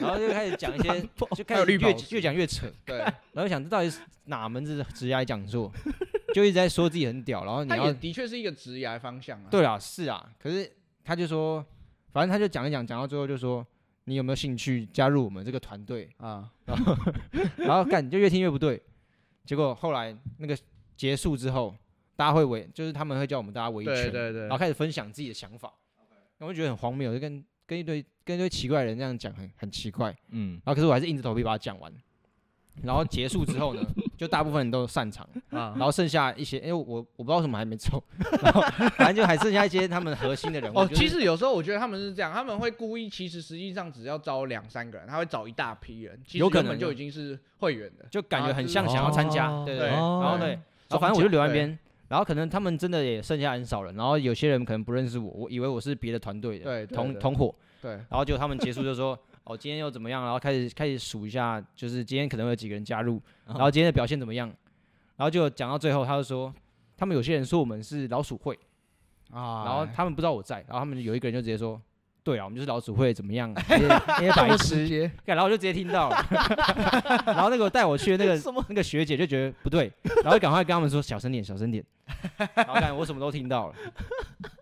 [SPEAKER 3] 然后就开始讲一些，就
[SPEAKER 2] 还
[SPEAKER 3] 开
[SPEAKER 2] 有
[SPEAKER 3] 始
[SPEAKER 2] 绿
[SPEAKER 3] 越
[SPEAKER 2] 宝石
[SPEAKER 3] 越讲越扯，
[SPEAKER 2] 对，
[SPEAKER 3] 然后想这到底是哪门子职业讲座， [LAUGHS] 就一直在说自己很屌，然后你
[SPEAKER 2] 他
[SPEAKER 3] 要
[SPEAKER 2] 也的确是一个职涯方向啊，
[SPEAKER 3] 对啊是啊，可是他就说，反正他就讲一讲，讲到最后就说你有没有兴趣加入我们这个团队？
[SPEAKER 2] 啊，
[SPEAKER 3] 然后干就越听越不对，结果后来那个结束之后，大家会围，就是他们会叫我们大家围一圈，
[SPEAKER 2] 对对对
[SPEAKER 3] 然后开始分享自己的想法，然后我就觉得很荒谬，就跟跟一堆跟一堆奇怪的人这样讲很很奇怪，
[SPEAKER 1] 嗯，
[SPEAKER 3] 然后可是我还是硬着头皮把它讲完，然后结束之后呢， [LAUGHS] 就大部分人都散场，
[SPEAKER 2] 啊
[SPEAKER 3] 然，后剩下一些，因为我我不知道为什么还没走，然后反正就还剩下一些他们核心的人物，
[SPEAKER 2] 哦，
[SPEAKER 3] 就是
[SPEAKER 2] 其实有时候我觉得他们是这样，他们会故意，其实实际上只要招两三个人，他会找一大批人，其实
[SPEAKER 3] 有可
[SPEAKER 2] 根
[SPEAKER 3] 能
[SPEAKER 2] 本就
[SPEAKER 3] 有
[SPEAKER 2] 已经是会员的，
[SPEAKER 3] 就感觉很像
[SPEAKER 2] 然后就是
[SPEAKER 3] 想要参加，
[SPEAKER 2] 啊
[SPEAKER 1] 哦
[SPEAKER 3] 对对对，
[SPEAKER 1] 哦
[SPEAKER 3] 然后对。然后反正我就留在那边，然后可能他们真的也剩下很少人，然后有些人可能不认识我，我以为我是别的团队的，
[SPEAKER 2] 对对
[SPEAKER 3] 同
[SPEAKER 2] 对
[SPEAKER 3] 同伙，
[SPEAKER 2] 对，
[SPEAKER 3] 然后结果他们结束就说， [LAUGHS] 哦，今天又怎么样，然后开始开始数一下，就是今天可能会有几个人加入，然后今天的表现怎么样，然后就讲到最后，他就说，他们有些人说我们是老鼠会，
[SPEAKER 2] 啊
[SPEAKER 3] 然后他们不知道我在，然后他们有一个人就直接说。对啊，我们就是老鼠会，怎么样？那些那些白痴，
[SPEAKER 2] 接
[SPEAKER 3] 干然后我就直接听
[SPEAKER 1] [LAUGHS]
[SPEAKER 3] 到了，然后那个带我去的那个
[SPEAKER 1] 什么
[SPEAKER 3] 那个学姐就觉得不对，然后赶快跟他们说小声点，小声点。然后干我什么都听到了，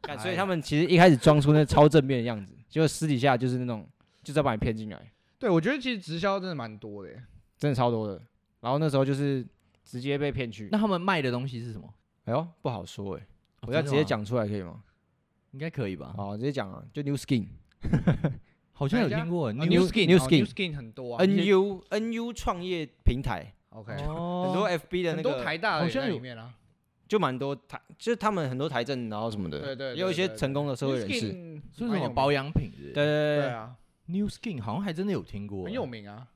[SPEAKER 3] 干所以他们其实一开始装出那超正面的样子，结果私底下就是那种就是要把你骗进来，
[SPEAKER 2] 对，我觉得其实直销真的蛮多的耶，
[SPEAKER 3] 真的超多的。然后那时候就是直接被骗去
[SPEAKER 1] 那，他们卖的东西是什么？
[SPEAKER 3] 哎呦不好说哎、
[SPEAKER 1] 哦
[SPEAKER 3] 我要
[SPEAKER 1] 真的
[SPEAKER 3] 直接
[SPEAKER 1] 吗
[SPEAKER 3] 讲出来可以吗？
[SPEAKER 1] 应该可以吧？
[SPEAKER 3] 好，直接讲啊，就 New Skin
[SPEAKER 1] 好像有
[SPEAKER 2] 哪一家
[SPEAKER 1] 听过
[SPEAKER 2] 哦
[SPEAKER 1] New
[SPEAKER 3] Skin
[SPEAKER 2] New
[SPEAKER 3] New
[SPEAKER 2] Skin
[SPEAKER 3] Skin
[SPEAKER 2] Skin 很多啊
[SPEAKER 3] N U N U 创业平台，
[SPEAKER 2] ，OK，
[SPEAKER 1] 哦
[SPEAKER 3] 很多 F B 的
[SPEAKER 2] 很
[SPEAKER 3] 那
[SPEAKER 2] 多
[SPEAKER 3] 个
[SPEAKER 2] 台大的
[SPEAKER 1] 好
[SPEAKER 2] 也
[SPEAKER 1] 像
[SPEAKER 2] 在
[SPEAKER 1] 有
[SPEAKER 2] 里面啊，
[SPEAKER 3] 就蛮多台，就是他们很多台政然后什么的，
[SPEAKER 2] 对对对
[SPEAKER 3] 也有一些
[SPEAKER 2] 对对
[SPEAKER 3] 成功的社会
[SPEAKER 2] New
[SPEAKER 3] 人士，
[SPEAKER 2] Skin
[SPEAKER 1] 是什
[SPEAKER 2] 蛮有
[SPEAKER 1] 么
[SPEAKER 2] 名
[SPEAKER 1] 保养品是不是
[SPEAKER 3] 对对对
[SPEAKER 2] 对
[SPEAKER 3] 对。
[SPEAKER 2] 啊，
[SPEAKER 1] New Skin 好像还真的有听过欸，
[SPEAKER 2] 很有名啊，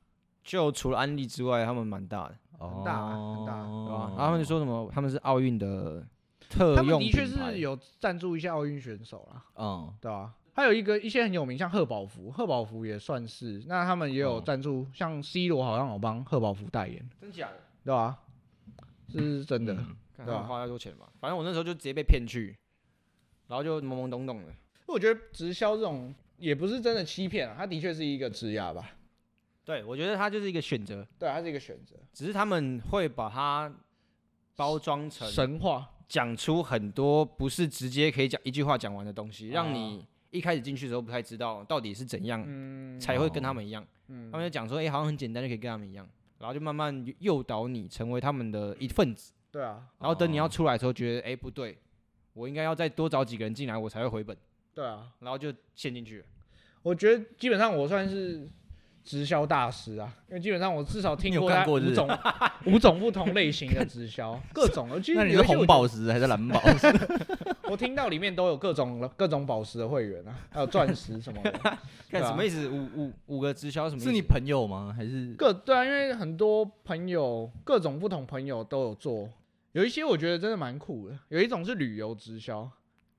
[SPEAKER 3] 就除了安利之外，他们蛮大的。
[SPEAKER 1] 很
[SPEAKER 2] 很大很大
[SPEAKER 1] 哦
[SPEAKER 3] 对吧？然后他们就说什么他们是奥运的特
[SPEAKER 2] 哦他们
[SPEAKER 3] 呃用
[SPEAKER 2] 的
[SPEAKER 3] 品
[SPEAKER 2] 确
[SPEAKER 3] 牌
[SPEAKER 2] 是，有赞助一些奥运选手啦，
[SPEAKER 1] 嗯，
[SPEAKER 2] 对啊，还有一个一些很有名，像贺宝福，贺宝福也算是，那他们也有
[SPEAKER 1] 哦
[SPEAKER 2] 赞助，像 C 罗好像有帮贺宝福代言，
[SPEAKER 3] 真假的？
[SPEAKER 2] 对吧？这是真的。
[SPEAKER 1] 嗯
[SPEAKER 3] 看
[SPEAKER 2] 对
[SPEAKER 3] 他
[SPEAKER 2] 啊
[SPEAKER 3] 们花太多钱吧。反正我那时候就直接被骗去，然后就懵懵懂懂的。
[SPEAKER 2] 我觉得直销这种也不是真的欺骗啊，它的确是一个职涯吧，
[SPEAKER 3] 对，我觉得它就是一个选择，
[SPEAKER 2] 对，啊它是一个选择。
[SPEAKER 3] 只是他们会把它包装成
[SPEAKER 2] 神话，
[SPEAKER 3] 讲出很多不是直接可以讲一句话讲完的东西，让你
[SPEAKER 2] 啊
[SPEAKER 3] 一开始进去的时候不太知道到底是怎样
[SPEAKER 2] 嗯，
[SPEAKER 3] 才会跟他们一样。
[SPEAKER 2] 嗯
[SPEAKER 3] 他们就讲说，哎，好像很简单就可以跟他们一样，然后就慢慢诱导你成为他们的一份子。
[SPEAKER 2] 对啊，
[SPEAKER 3] 然后等你
[SPEAKER 1] 哦
[SPEAKER 3] 要出来的时候，觉得哎、诶不对，我应该要再多找几个人进来，我才会回本，
[SPEAKER 2] 对啊，
[SPEAKER 3] 然后就陷进去了。
[SPEAKER 2] 我觉得基本上我算是直销大师啊，因为基本上我至少
[SPEAKER 1] 你
[SPEAKER 2] 听
[SPEAKER 1] 有
[SPEAKER 2] 过
[SPEAKER 1] 干
[SPEAKER 2] 大概
[SPEAKER 1] 过
[SPEAKER 2] 五
[SPEAKER 1] 是不是 [LAUGHS]
[SPEAKER 2] 种五种不同类型的直销，各种。我记得
[SPEAKER 1] 那你
[SPEAKER 2] 有
[SPEAKER 1] 是
[SPEAKER 2] 一些我
[SPEAKER 1] 红宝石 [LAUGHS] 还是蓝宝石？
[SPEAKER 2] 我听到里面都有各种各种宝石的会员啊，还有钻石什么的，对
[SPEAKER 3] 看
[SPEAKER 2] 啊
[SPEAKER 3] 什么意思？五五五个直销什么意思？
[SPEAKER 1] 是你朋友吗？还是
[SPEAKER 2] 各对啊，因为很多朋友各种不同朋友都有做，有一些我觉得真的蛮酷的，有一种是旅游直销，啊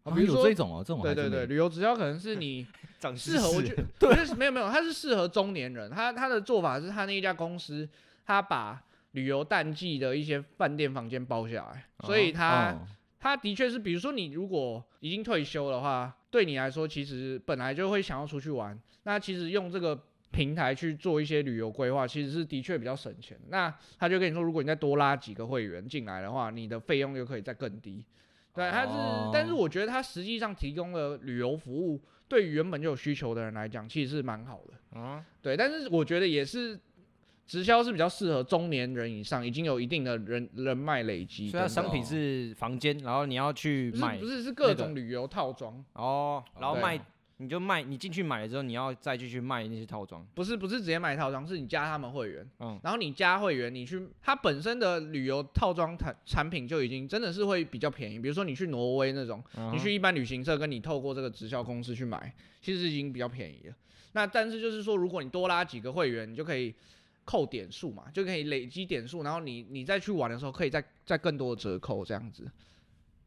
[SPEAKER 1] 啊
[SPEAKER 2] 比如
[SPEAKER 1] 有
[SPEAKER 2] 说
[SPEAKER 1] 这种哦，这种
[SPEAKER 2] 对
[SPEAKER 1] 还
[SPEAKER 2] 对
[SPEAKER 1] 真
[SPEAKER 2] 对，
[SPEAKER 1] 没
[SPEAKER 2] 旅游直销可能是
[SPEAKER 1] [LAUGHS]
[SPEAKER 2] 你
[SPEAKER 3] 长
[SPEAKER 2] 适合，我觉得我觉得没有没有，他是适合中年人，他他的做法是他那一家公司，他把旅游淡季的一些饭店房间包下来，所以他。
[SPEAKER 1] 哦
[SPEAKER 2] 他的确是，比如说你如果已经退休的话，对你来说其实本来就会想要出去玩，那其实用这个平台去做一些旅游规划，其实是的确比较省钱。那他就跟你说，如果你再多拉几个会员进来的话，你的费用又可以再更低。对，他是，
[SPEAKER 1] 哦
[SPEAKER 2] 但是我觉得他实际上提供的旅游服务，对于原本就有需求的人来讲，其实是蛮好的。
[SPEAKER 3] 啊，
[SPEAKER 2] 对，但是我觉得也是。直销是比较适合中年人以上，已经有一定的人人脉累积
[SPEAKER 3] 所
[SPEAKER 2] 跟
[SPEAKER 3] 以
[SPEAKER 2] 那
[SPEAKER 3] 它
[SPEAKER 2] 种。
[SPEAKER 3] 商品是房间，然后你要去
[SPEAKER 2] 不是
[SPEAKER 3] 买
[SPEAKER 2] 不是是
[SPEAKER 3] 那
[SPEAKER 2] 各
[SPEAKER 3] 个
[SPEAKER 2] 种旅游套装，
[SPEAKER 3] 哦，然后
[SPEAKER 2] 对
[SPEAKER 3] 卖你就卖，你进去买了之后，你要再继续卖那些套装。
[SPEAKER 2] 不是不是直接买套装，是你加他们会员，
[SPEAKER 3] 嗯，
[SPEAKER 2] 然后你加会员，你去它本身的旅游套装产产品就已经真的是会比较便宜，比如说你去挪威那种，你去一般旅行社跟你透过这个直销公司去买，其实已经比较便宜了。那但是就是说，如果你多拉几个会员，你就可以扣点数嘛，就可以累积点数，然后你你再去玩的时候可以再再更多的折扣这样子。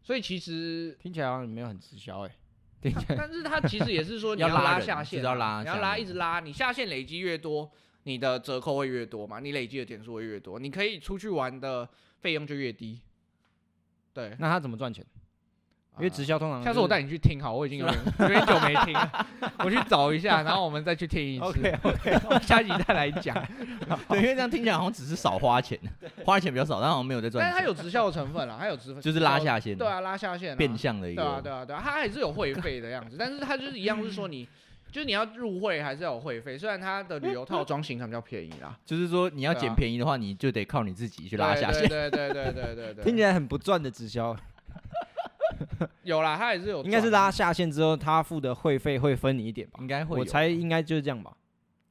[SPEAKER 2] 所以其实
[SPEAKER 3] [LAUGHS] 听起来好像没有很直销哎、
[SPEAKER 2] 但是它其实也是说你
[SPEAKER 1] 要拉
[SPEAKER 2] 拉
[SPEAKER 1] 人
[SPEAKER 2] 下
[SPEAKER 1] 就是
[SPEAKER 2] 线啊，
[SPEAKER 1] 要拉
[SPEAKER 2] 你
[SPEAKER 1] 下
[SPEAKER 2] 要拉
[SPEAKER 1] 线
[SPEAKER 2] 一直拉，你下线累积越多，你的折扣会越多嘛，你累积的点数会越多，你可以出去玩的费用就越低。对，啊
[SPEAKER 3] 那他怎么赚钱？因为直销通常、
[SPEAKER 2] 下次我带你去听好，我已经有
[SPEAKER 1] [LAUGHS]
[SPEAKER 2] 点有点久没听了，我去找一下，然后我们再去听
[SPEAKER 1] [LAUGHS]
[SPEAKER 2] 一次。
[SPEAKER 3] OK，
[SPEAKER 2] [LAUGHS] 下集再来讲。
[SPEAKER 1] 对，因为这样听起来好像只是少
[SPEAKER 2] [LAUGHS]
[SPEAKER 1] 花钱，花钱比较少，但好像没有在
[SPEAKER 2] 但
[SPEAKER 1] 赚
[SPEAKER 2] 是它
[SPEAKER 1] 钱，
[SPEAKER 2] 有直销的成分啦，它有直
[SPEAKER 1] 就是拉下线，
[SPEAKER 2] 对啊，拉下线、啊、
[SPEAKER 1] 变相的一
[SPEAKER 2] 对啊，
[SPEAKER 1] 个。
[SPEAKER 2] 对啊，对啊，它还是有会费的样子，但是它就是一样，是说你就是你要入会还是要有会费，虽然它的旅游套装行程比较便宜啦，
[SPEAKER 1] 就是说你要
[SPEAKER 2] 对啊
[SPEAKER 1] 捡便宜的话，你就得靠你自己去
[SPEAKER 2] 对
[SPEAKER 1] 拉下线。
[SPEAKER 2] 对对对对对对对，
[SPEAKER 3] 听起来很不赚的直销，
[SPEAKER 2] 有啦，它也是
[SPEAKER 1] 啊
[SPEAKER 2] 有赚的，啊
[SPEAKER 3] 应该是拉下线之后，他付的会费会分你一点吧
[SPEAKER 1] 应？该会有，啊
[SPEAKER 3] 我猜应该就是这样吧，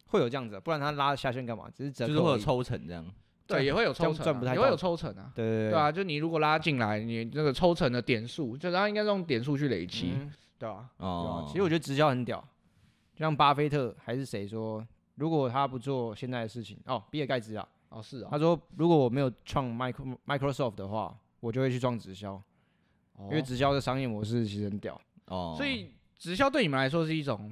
[SPEAKER 3] 会有这样子，啊不然他拉下线干嘛？只是折
[SPEAKER 1] 就
[SPEAKER 3] 扣
[SPEAKER 1] 是会有
[SPEAKER 3] 而已
[SPEAKER 1] 抽成这样。
[SPEAKER 2] 对，也会有
[SPEAKER 3] 这
[SPEAKER 2] 抽
[SPEAKER 3] 样
[SPEAKER 2] 成、
[SPEAKER 3] 赚不
[SPEAKER 2] 啊，
[SPEAKER 3] 太
[SPEAKER 2] 也会
[SPEAKER 3] 到
[SPEAKER 2] 有抽成啊。
[SPEAKER 3] 对对对
[SPEAKER 2] 对
[SPEAKER 1] 嗯
[SPEAKER 2] 啊，就你如果拉进来，你这个抽成的点数，就然后应该是用点数去累积，
[SPEAKER 3] 嗯
[SPEAKER 2] 对啊，
[SPEAKER 3] 对啊
[SPEAKER 1] 哦，
[SPEAKER 3] 其实我觉得直销很屌，就像巴菲特还是谁说，如果他不做现在的事情，哦，比尔盖茨啊，
[SPEAKER 2] 哦是啊、
[SPEAKER 3] 他说如果我没有创 Micro Microsoft 的话，我就会去创直销，
[SPEAKER 2] 哦，
[SPEAKER 3] 因为直销的商业模式其实很屌。
[SPEAKER 1] 哦，
[SPEAKER 2] 所以直销对你们来说是一种，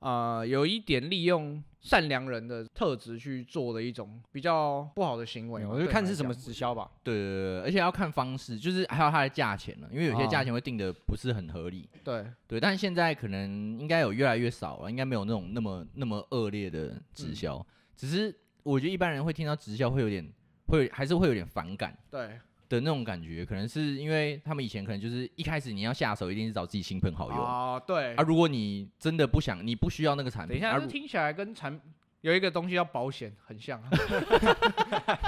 [SPEAKER 2] 呃，有一点利用善良人的特质去做的一种比较不好的行为嘛。
[SPEAKER 3] 我就看是什么
[SPEAKER 2] 对你
[SPEAKER 3] 直销吧。
[SPEAKER 1] 对对对，对而且要看方式，就是还有它的价钱了，因为有些
[SPEAKER 3] 啊
[SPEAKER 1] 价钱会定的不是很合理。
[SPEAKER 2] 来讲。
[SPEAKER 1] 对，但现在可能应该有越来越少了，应该没有那种那么那么恶劣的直
[SPEAKER 2] 嗯
[SPEAKER 1] 销。只是我觉得一般人会听到直销会有点会还是会有点反感
[SPEAKER 2] 对对，
[SPEAKER 1] 的那种感觉，可能是因为他们以前可能就是一开始你要下手一定是找自己亲朋好友、
[SPEAKER 2] 哦，对
[SPEAKER 1] 啊，。如果你真的不想，你不需要那个产
[SPEAKER 2] 等
[SPEAKER 1] 品，
[SPEAKER 2] 一下，
[SPEAKER 1] 啊
[SPEAKER 2] 这
[SPEAKER 1] 如
[SPEAKER 2] 听起来跟产有一个东西叫保险很
[SPEAKER 3] [LAUGHS]
[SPEAKER 2] 像啊。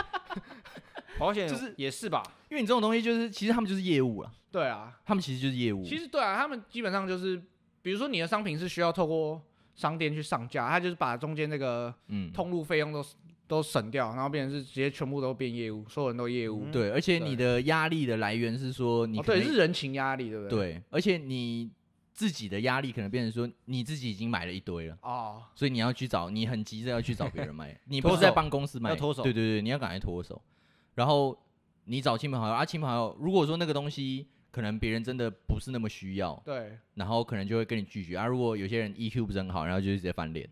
[SPEAKER 3] 保险
[SPEAKER 1] 就是
[SPEAKER 3] 也是吧，
[SPEAKER 1] 因为你这种东西就是其实他们就是业务了，
[SPEAKER 2] 对啊，
[SPEAKER 1] 他们其实就是业务，
[SPEAKER 2] 其实对啊，他们基本上就是，比如说你的商品是需要透过商店去上架，他就是把中间那个
[SPEAKER 1] 嗯，
[SPEAKER 2] 通路费用都都省掉，然后变成是直接全部都变业务，所有人都业务。
[SPEAKER 3] 嗯
[SPEAKER 1] 对，而且你的压力的来源是说你
[SPEAKER 2] 哦，
[SPEAKER 1] 可能、
[SPEAKER 2] 对，是人情压力，对不对？。
[SPEAKER 1] 对，而且你自己的压力可能变成说你自己已经买了一堆了。
[SPEAKER 2] 哦，
[SPEAKER 1] 所以你要去找，你很急着要去找别人卖，你不
[SPEAKER 3] 脱
[SPEAKER 1] 是在
[SPEAKER 3] 手
[SPEAKER 1] 帮公司卖，
[SPEAKER 3] 要脱手
[SPEAKER 1] 对对对，你要赶快脱手。然后你找亲朋好友啊，亲朋好友，如果说那个东西可能别人真的不是那么需要，
[SPEAKER 2] 对，
[SPEAKER 1] 然后可能就会跟你拒绝啊。如果有些人 EQ 不是很好，然后就直接翻脸。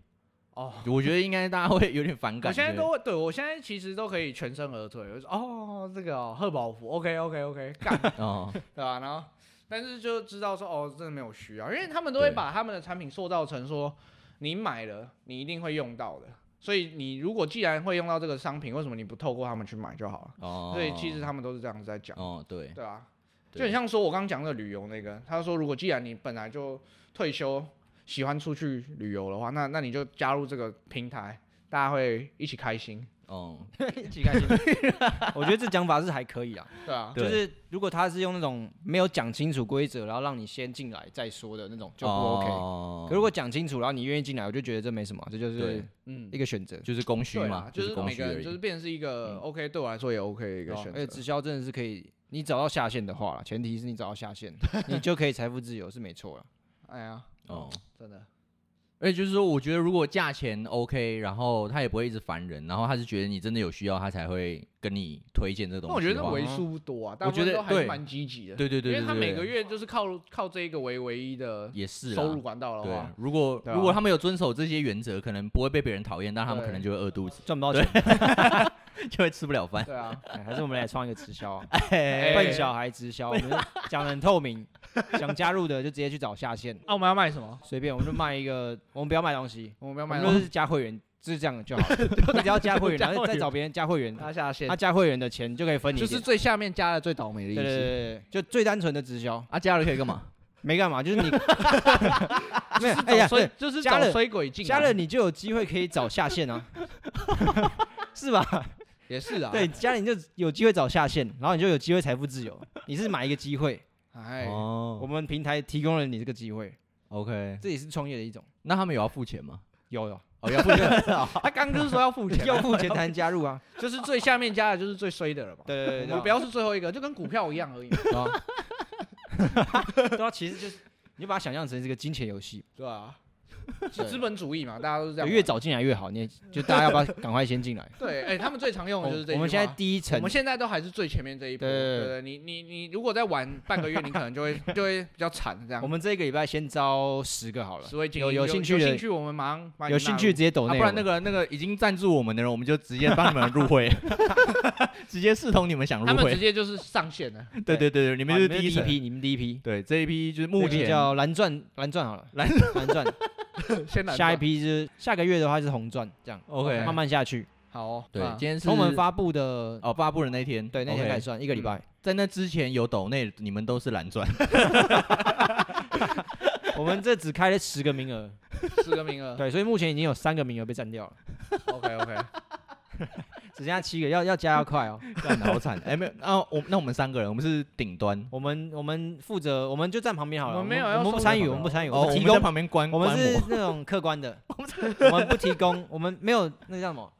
[SPEAKER 2] 哦，
[SPEAKER 1] 我觉得应该大家会有点
[SPEAKER 2] [LAUGHS]
[SPEAKER 1] 反感。
[SPEAKER 2] 我现在
[SPEAKER 1] 对
[SPEAKER 2] 都会，对我现在其实都可以全身而退。我就说哦，这个哦，贺宝福，OK OK OK，干，
[SPEAKER 1] 哦，
[SPEAKER 2] 对啊吧、然后，但是就知道说哦，真的没有需要，因为他们都会
[SPEAKER 1] 对
[SPEAKER 2] 把他们的产品塑造成说，你买了你一定会用到的，所以你如果既然会用到这个商品，为什么你不透过他们去买就好了？
[SPEAKER 1] 哦，
[SPEAKER 2] 所以其实他们都是这样子在讲，
[SPEAKER 1] 哦对，
[SPEAKER 2] 对啊，
[SPEAKER 1] 对
[SPEAKER 2] 就很像说我刚刚讲的旅游那个，他说如果既然你本来就退休，喜欢出去旅游的话，那那你就加入这个平台，大家会一起开心，
[SPEAKER 1] 哦
[SPEAKER 3] 一起开心。我觉得这讲法是还可以啊，
[SPEAKER 2] 对啊。
[SPEAKER 1] 对
[SPEAKER 3] 就是如果他是用那种没有讲清楚规则，然后让你先进来再说的那种就不 OK。
[SPEAKER 1] 哦
[SPEAKER 3] 可如果讲清楚，然后你愿意进来，我就觉得这没什么，这就是
[SPEAKER 1] 对
[SPEAKER 2] 嗯
[SPEAKER 3] 一，个选择。
[SPEAKER 1] 就是供需
[SPEAKER 2] 对
[SPEAKER 1] 嘛
[SPEAKER 2] 啦，，就是
[SPEAKER 1] 供
[SPEAKER 2] 每
[SPEAKER 1] 需
[SPEAKER 2] 个
[SPEAKER 1] 而
[SPEAKER 2] 人
[SPEAKER 1] 已。哦
[SPEAKER 2] 就是变成是一个
[SPEAKER 3] 嗯
[SPEAKER 2] OK，对我来说也 OK 的一个
[SPEAKER 3] 对啊
[SPEAKER 2] 选
[SPEAKER 3] 而且
[SPEAKER 2] 择
[SPEAKER 3] 直。销真的是可以，你找到下线的话啦，前提是你找到下线，你就可以财富自由是没错了。
[SPEAKER 2] 哎呀，
[SPEAKER 1] 哦，
[SPEAKER 2] 真的，
[SPEAKER 1] 而且哎就是说，我觉得如果价钱 OK，然后他也不会一直烦人，然后他是觉得你真的有需要，他才会跟你推荐这
[SPEAKER 2] 那
[SPEAKER 1] 东西的话。
[SPEAKER 2] 我觉得为数不多啊，大部
[SPEAKER 1] 我觉
[SPEAKER 2] 分
[SPEAKER 1] 得
[SPEAKER 2] 都还是
[SPEAKER 1] 对
[SPEAKER 2] 蛮积极的，
[SPEAKER 1] 对对对，
[SPEAKER 2] 因为他
[SPEAKER 1] 对对
[SPEAKER 2] 每个月就是靠靠这一个为唯一的
[SPEAKER 1] 也
[SPEAKER 3] 啊
[SPEAKER 1] 是啦
[SPEAKER 2] 收入管道的
[SPEAKER 1] 对
[SPEAKER 2] 话，，
[SPEAKER 1] 如果
[SPEAKER 2] 对啊
[SPEAKER 1] 如果他们有遵守这些原则，可能不会被别人讨厌，但他们
[SPEAKER 2] 对
[SPEAKER 1] 可能就会饿肚子， [LAUGHS]
[SPEAKER 3] 赚不到钱，
[SPEAKER 1] 就会吃不了
[SPEAKER 2] [LAUGHS]
[SPEAKER 1] 饭。
[SPEAKER 2] 对啊，
[SPEAKER 3] [LAUGHS] 哎还是我们来创一个直销啊，
[SPEAKER 2] 哎
[SPEAKER 3] 笨小孩直销，我们讲的很透明，想加入的就直接去找下线，
[SPEAKER 2] 那我们要卖什么？
[SPEAKER 3] 随便我们就卖一个，我们不要卖东西，
[SPEAKER 2] 我们要
[SPEAKER 3] 我
[SPEAKER 2] 卖
[SPEAKER 3] 们
[SPEAKER 2] 什
[SPEAKER 3] 就
[SPEAKER 2] 么？
[SPEAKER 3] 是加会员，就是这样就好了， [LAUGHS] 你只要加会员，然后再找别人加会员，
[SPEAKER 2] 拉下线
[SPEAKER 3] 他，加会员的钱就可以分你
[SPEAKER 2] 啊
[SPEAKER 3] 一
[SPEAKER 2] 就是
[SPEAKER 3] 点，
[SPEAKER 2] 最下面加的最倒霉的意
[SPEAKER 3] 对对对
[SPEAKER 2] 思。
[SPEAKER 3] 对，对就最单纯的直销，
[SPEAKER 1] 啊，加了可以干 [LAUGHS] 嘛？
[SPEAKER 3] 没干嘛，就是
[SPEAKER 2] [LAUGHS]
[SPEAKER 3] 你没有，哎
[SPEAKER 2] 哎
[SPEAKER 3] 呀，
[SPEAKER 2] 呀，
[SPEAKER 3] 对
[SPEAKER 2] 以就是
[SPEAKER 3] 加
[SPEAKER 2] 找
[SPEAKER 3] 了
[SPEAKER 2] 衰鬼进来，
[SPEAKER 3] 加了你就有机会可以找下
[SPEAKER 2] [LAUGHS]
[SPEAKER 3] 线啊，是吧？
[SPEAKER 2] 也是啊，
[SPEAKER 3] 对，，加了你就有机会找下线，然后你就有机会财富自由。你是买一个机会，
[SPEAKER 2] 哎，
[SPEAKER 1] 哦
[SPEAKER 3] 我们平台提供了你这个机会，
[SPEAKER 1] OK，
[SPEAKER 3] 这也是创业的一种。
[SPEAKER 1] 那他们有要付钱吗？
[SPEAKER 3] 有有，
[SPEAKER 1] 哦，要付 [LAUGHS] 钱，
[SPEAKER 2] 他刚就是说要付钱，
[SPEAKER 3] 要付钱才能加入啊。
[SPEAKER 2] 就是最下面加的就是最衰的了嘛。
[SPEAKER 3] 对对啊
[SPEAKER 2] 我们不要是最后一个，就跟股票一样而已嘛，
[SPEAKER 3] 对啊，其实就是你把它想象成是一个金钱游戏，
[SPEAKER 2] 对
[SPEAKER 3] [LAUGHS]
[SPEAKER 2] 吧？是资本主义嘛，大家都是这
[SPEAKER 3] 对
[SPEAKER 2] 样玩。
[SPEAKER 3] 越早进来越好。你也就大家要不要赶快先进
[SPEAKER 2] [LAUGHS]
[SPEAKER 3] 来？
[SPEAKER 2] 对，哎，他们最常用的就是这句
[SPEAKER 3] 哦我
[SPEAKER 2] 话。
[SPEAKER 3] 们现在第一
[SPEAKER 2] 我
[SPEAKER 3] 层
[SPEAKER 2] 们，现在都还是最前面这一波，
[SPEAKER 3] 对对
[SPEAKER 2] 对
[SPEAKER 3] 对
[SPEAKER 2] 对你你你如果再晚半个月，你可能就会 [LAUGHS] 就会比较惨这样
[SPEAKER 3] 我。们这个礼拜先招十个好了
[SPEAKER 2] 十位，精英
[SPEAKER 3] 有有兴趣
[SPEAKER 2] 有
[SPEAKER 3] 的
[SPEAKER 2] 兴，趣，我们马上把你
[SPEAKER 3] 有兴趣直接抖
[SPEAKER 1] 啊
[SPEAKER 3] 内
[SPEAKER 1] 不
[SPEAKER 3] 我
[SPEAKER 1] 然
[SPEAKER 3] 们，
[SPEAKER 1] 那个那个已经赞助我们的人，我们就直接帮你们入 [LAUGHS] 会，直接视同你们想
[SPEAKER 2] 纳入，他
[SPEAKER 1] 入
[SPEAKER 2] 们直
[SPEAKER 1] 会。
[SPEAKER 2] 接就是上线
[SPEAKER 3] [LAUGHS]
[SPEAKER 2] 了。
[SPEAKER 1] 对对对对，你
[SPEAKER 3] 你
[SPEAKER 1] 们就是第一层。
[SPEAKER 3] 批，你们第一批，
[SPEAKER 1] 对，这一批就是
[SPEAKER 3] 目
[SPEAKER 1] 目
[SPEAKER 3] 前
[SPEAKER 1] 前
[SPEAKER 3] 叫蓝钻，蓝钻好了，
[SPEAKER 1] [LAUGHS] 蓝
[SPEAKER 3] 蓝钻，
[SPEAKER 2] 先来
[SPEAKER 3] 下一
[SPEAKER 2] 吧
[SPEAKER 3] 批就是下个月的话是红钻，这样
[SPEAKER 1] OK。
[SPEAKER 3] 慢慢下去。
[SPEAKER 2] 好哦，
[SPEAKER 1] 对，
[SPEAKER 2] 啊
[SPEAKER 1] 今天是
[SPEAKER 3] 从我们发布的
[SPEAKER 1] 哦发布的那天，
[SPEAKER 3] 对那天开
[SPEAKER 1] OK
[SPEAKER 3] 始算一个礼拜，
[SPEAKER 1] 在那之前有抖内，你们都是蓝钻。嗯
[SPEAKER 3] 我们这只开了十个名额，
[SPEAKER 2] 四个名额。
[SPEAKER 3] 对，所以目前已经有三个名额被占掉了，
[SPEAKER 2] OK OK，
[SPEAKER 3] 只剩下七个，要要加要快哦。
[SPEAKER 1] [LAUGHS] 干好惨！哎、没有，那、我那我们三个人，我们是顶端，
[SPEAKER 3] 我们我们负责，我们就站旁边好了，
[SPEAKER 2] 我
[SPEAKER 3] 我
[SPEAKER 2] 们没有要
[SPEAKER 3] 我们
[SPEAKER 2] 收
[SPEAKER 3] 不参
[SPEAKER 2] 的
[SPEAKER 3] 与，
[SPEAKER 2] 好
[SPEAKER 3] 我们不参与，
[SPEAKER 1] 哦，我
[SPEAKER 3] 们
[SPEAKER 1] 们
[SPEAKER 3] 提
[SPEAKER 1] 在
[SPEAKER 3] 供，
[SPEAKER 1] 旁边观
[SPEAKER 3] 我们
[SPEAKER 1] 观
[SPEAKER 3] 是
[SPEAKER 1] 摩。
[SPEAKER 3] 那种客观
[SPEAKER 1] [LAUGHS]
[SPEAKER 3] 的，我们不提供，我们没有那叫什么，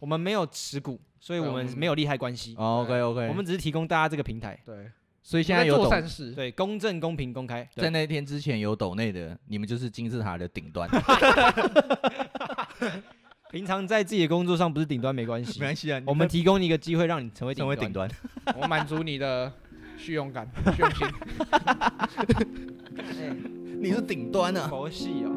[SPEAKER 3] 我们没有持股，所以
[SPEAKER 2] 对
[SPEAKER 3] 我
[SPEAKER 2] 我
[SPEAKER 3] 们
[SPEAKER 2] 们
[SPEAKER 3] 没有利害关系，
[SPEAKER 1] 嗯哦，OK OK，
[SPEAKER 3] 我们只是提供大家这个平台，
[SPEAKER 2] 对，
[SPEAKER 1] 所以现在有
[SPEAKER 2] 做
[SPEAKER 1] 抖
[SPEAKER 2] 善
[SPEAKER 3] [LAUGHS]
[SPEAKER 2] 事，
[SPEAKER 3] 对，公正、公平、公开，
[SPEAKER 1] 在那天之前有抖内的，你们就是金字塔的顶 [LAUGHS] 端，没
[SPEAKER 3] 平常在自己的工作上不是顶端没关系，
[SPEAKER 1] 关系啊，你
[SPEAKER 3] 我们提供你一个机会让你成为
[SPEAKER 1] 成为顶
[SPEAKER 3] 端。
[SPEAKER 1] 端。
[SPEAKER 2] 我满足你的虚荣感、虚荣心。
[SPEAKER 1] [LAUGHS] 你是顶端啊！
[SPEAKER 3] [LAUGHS] 佛系哦，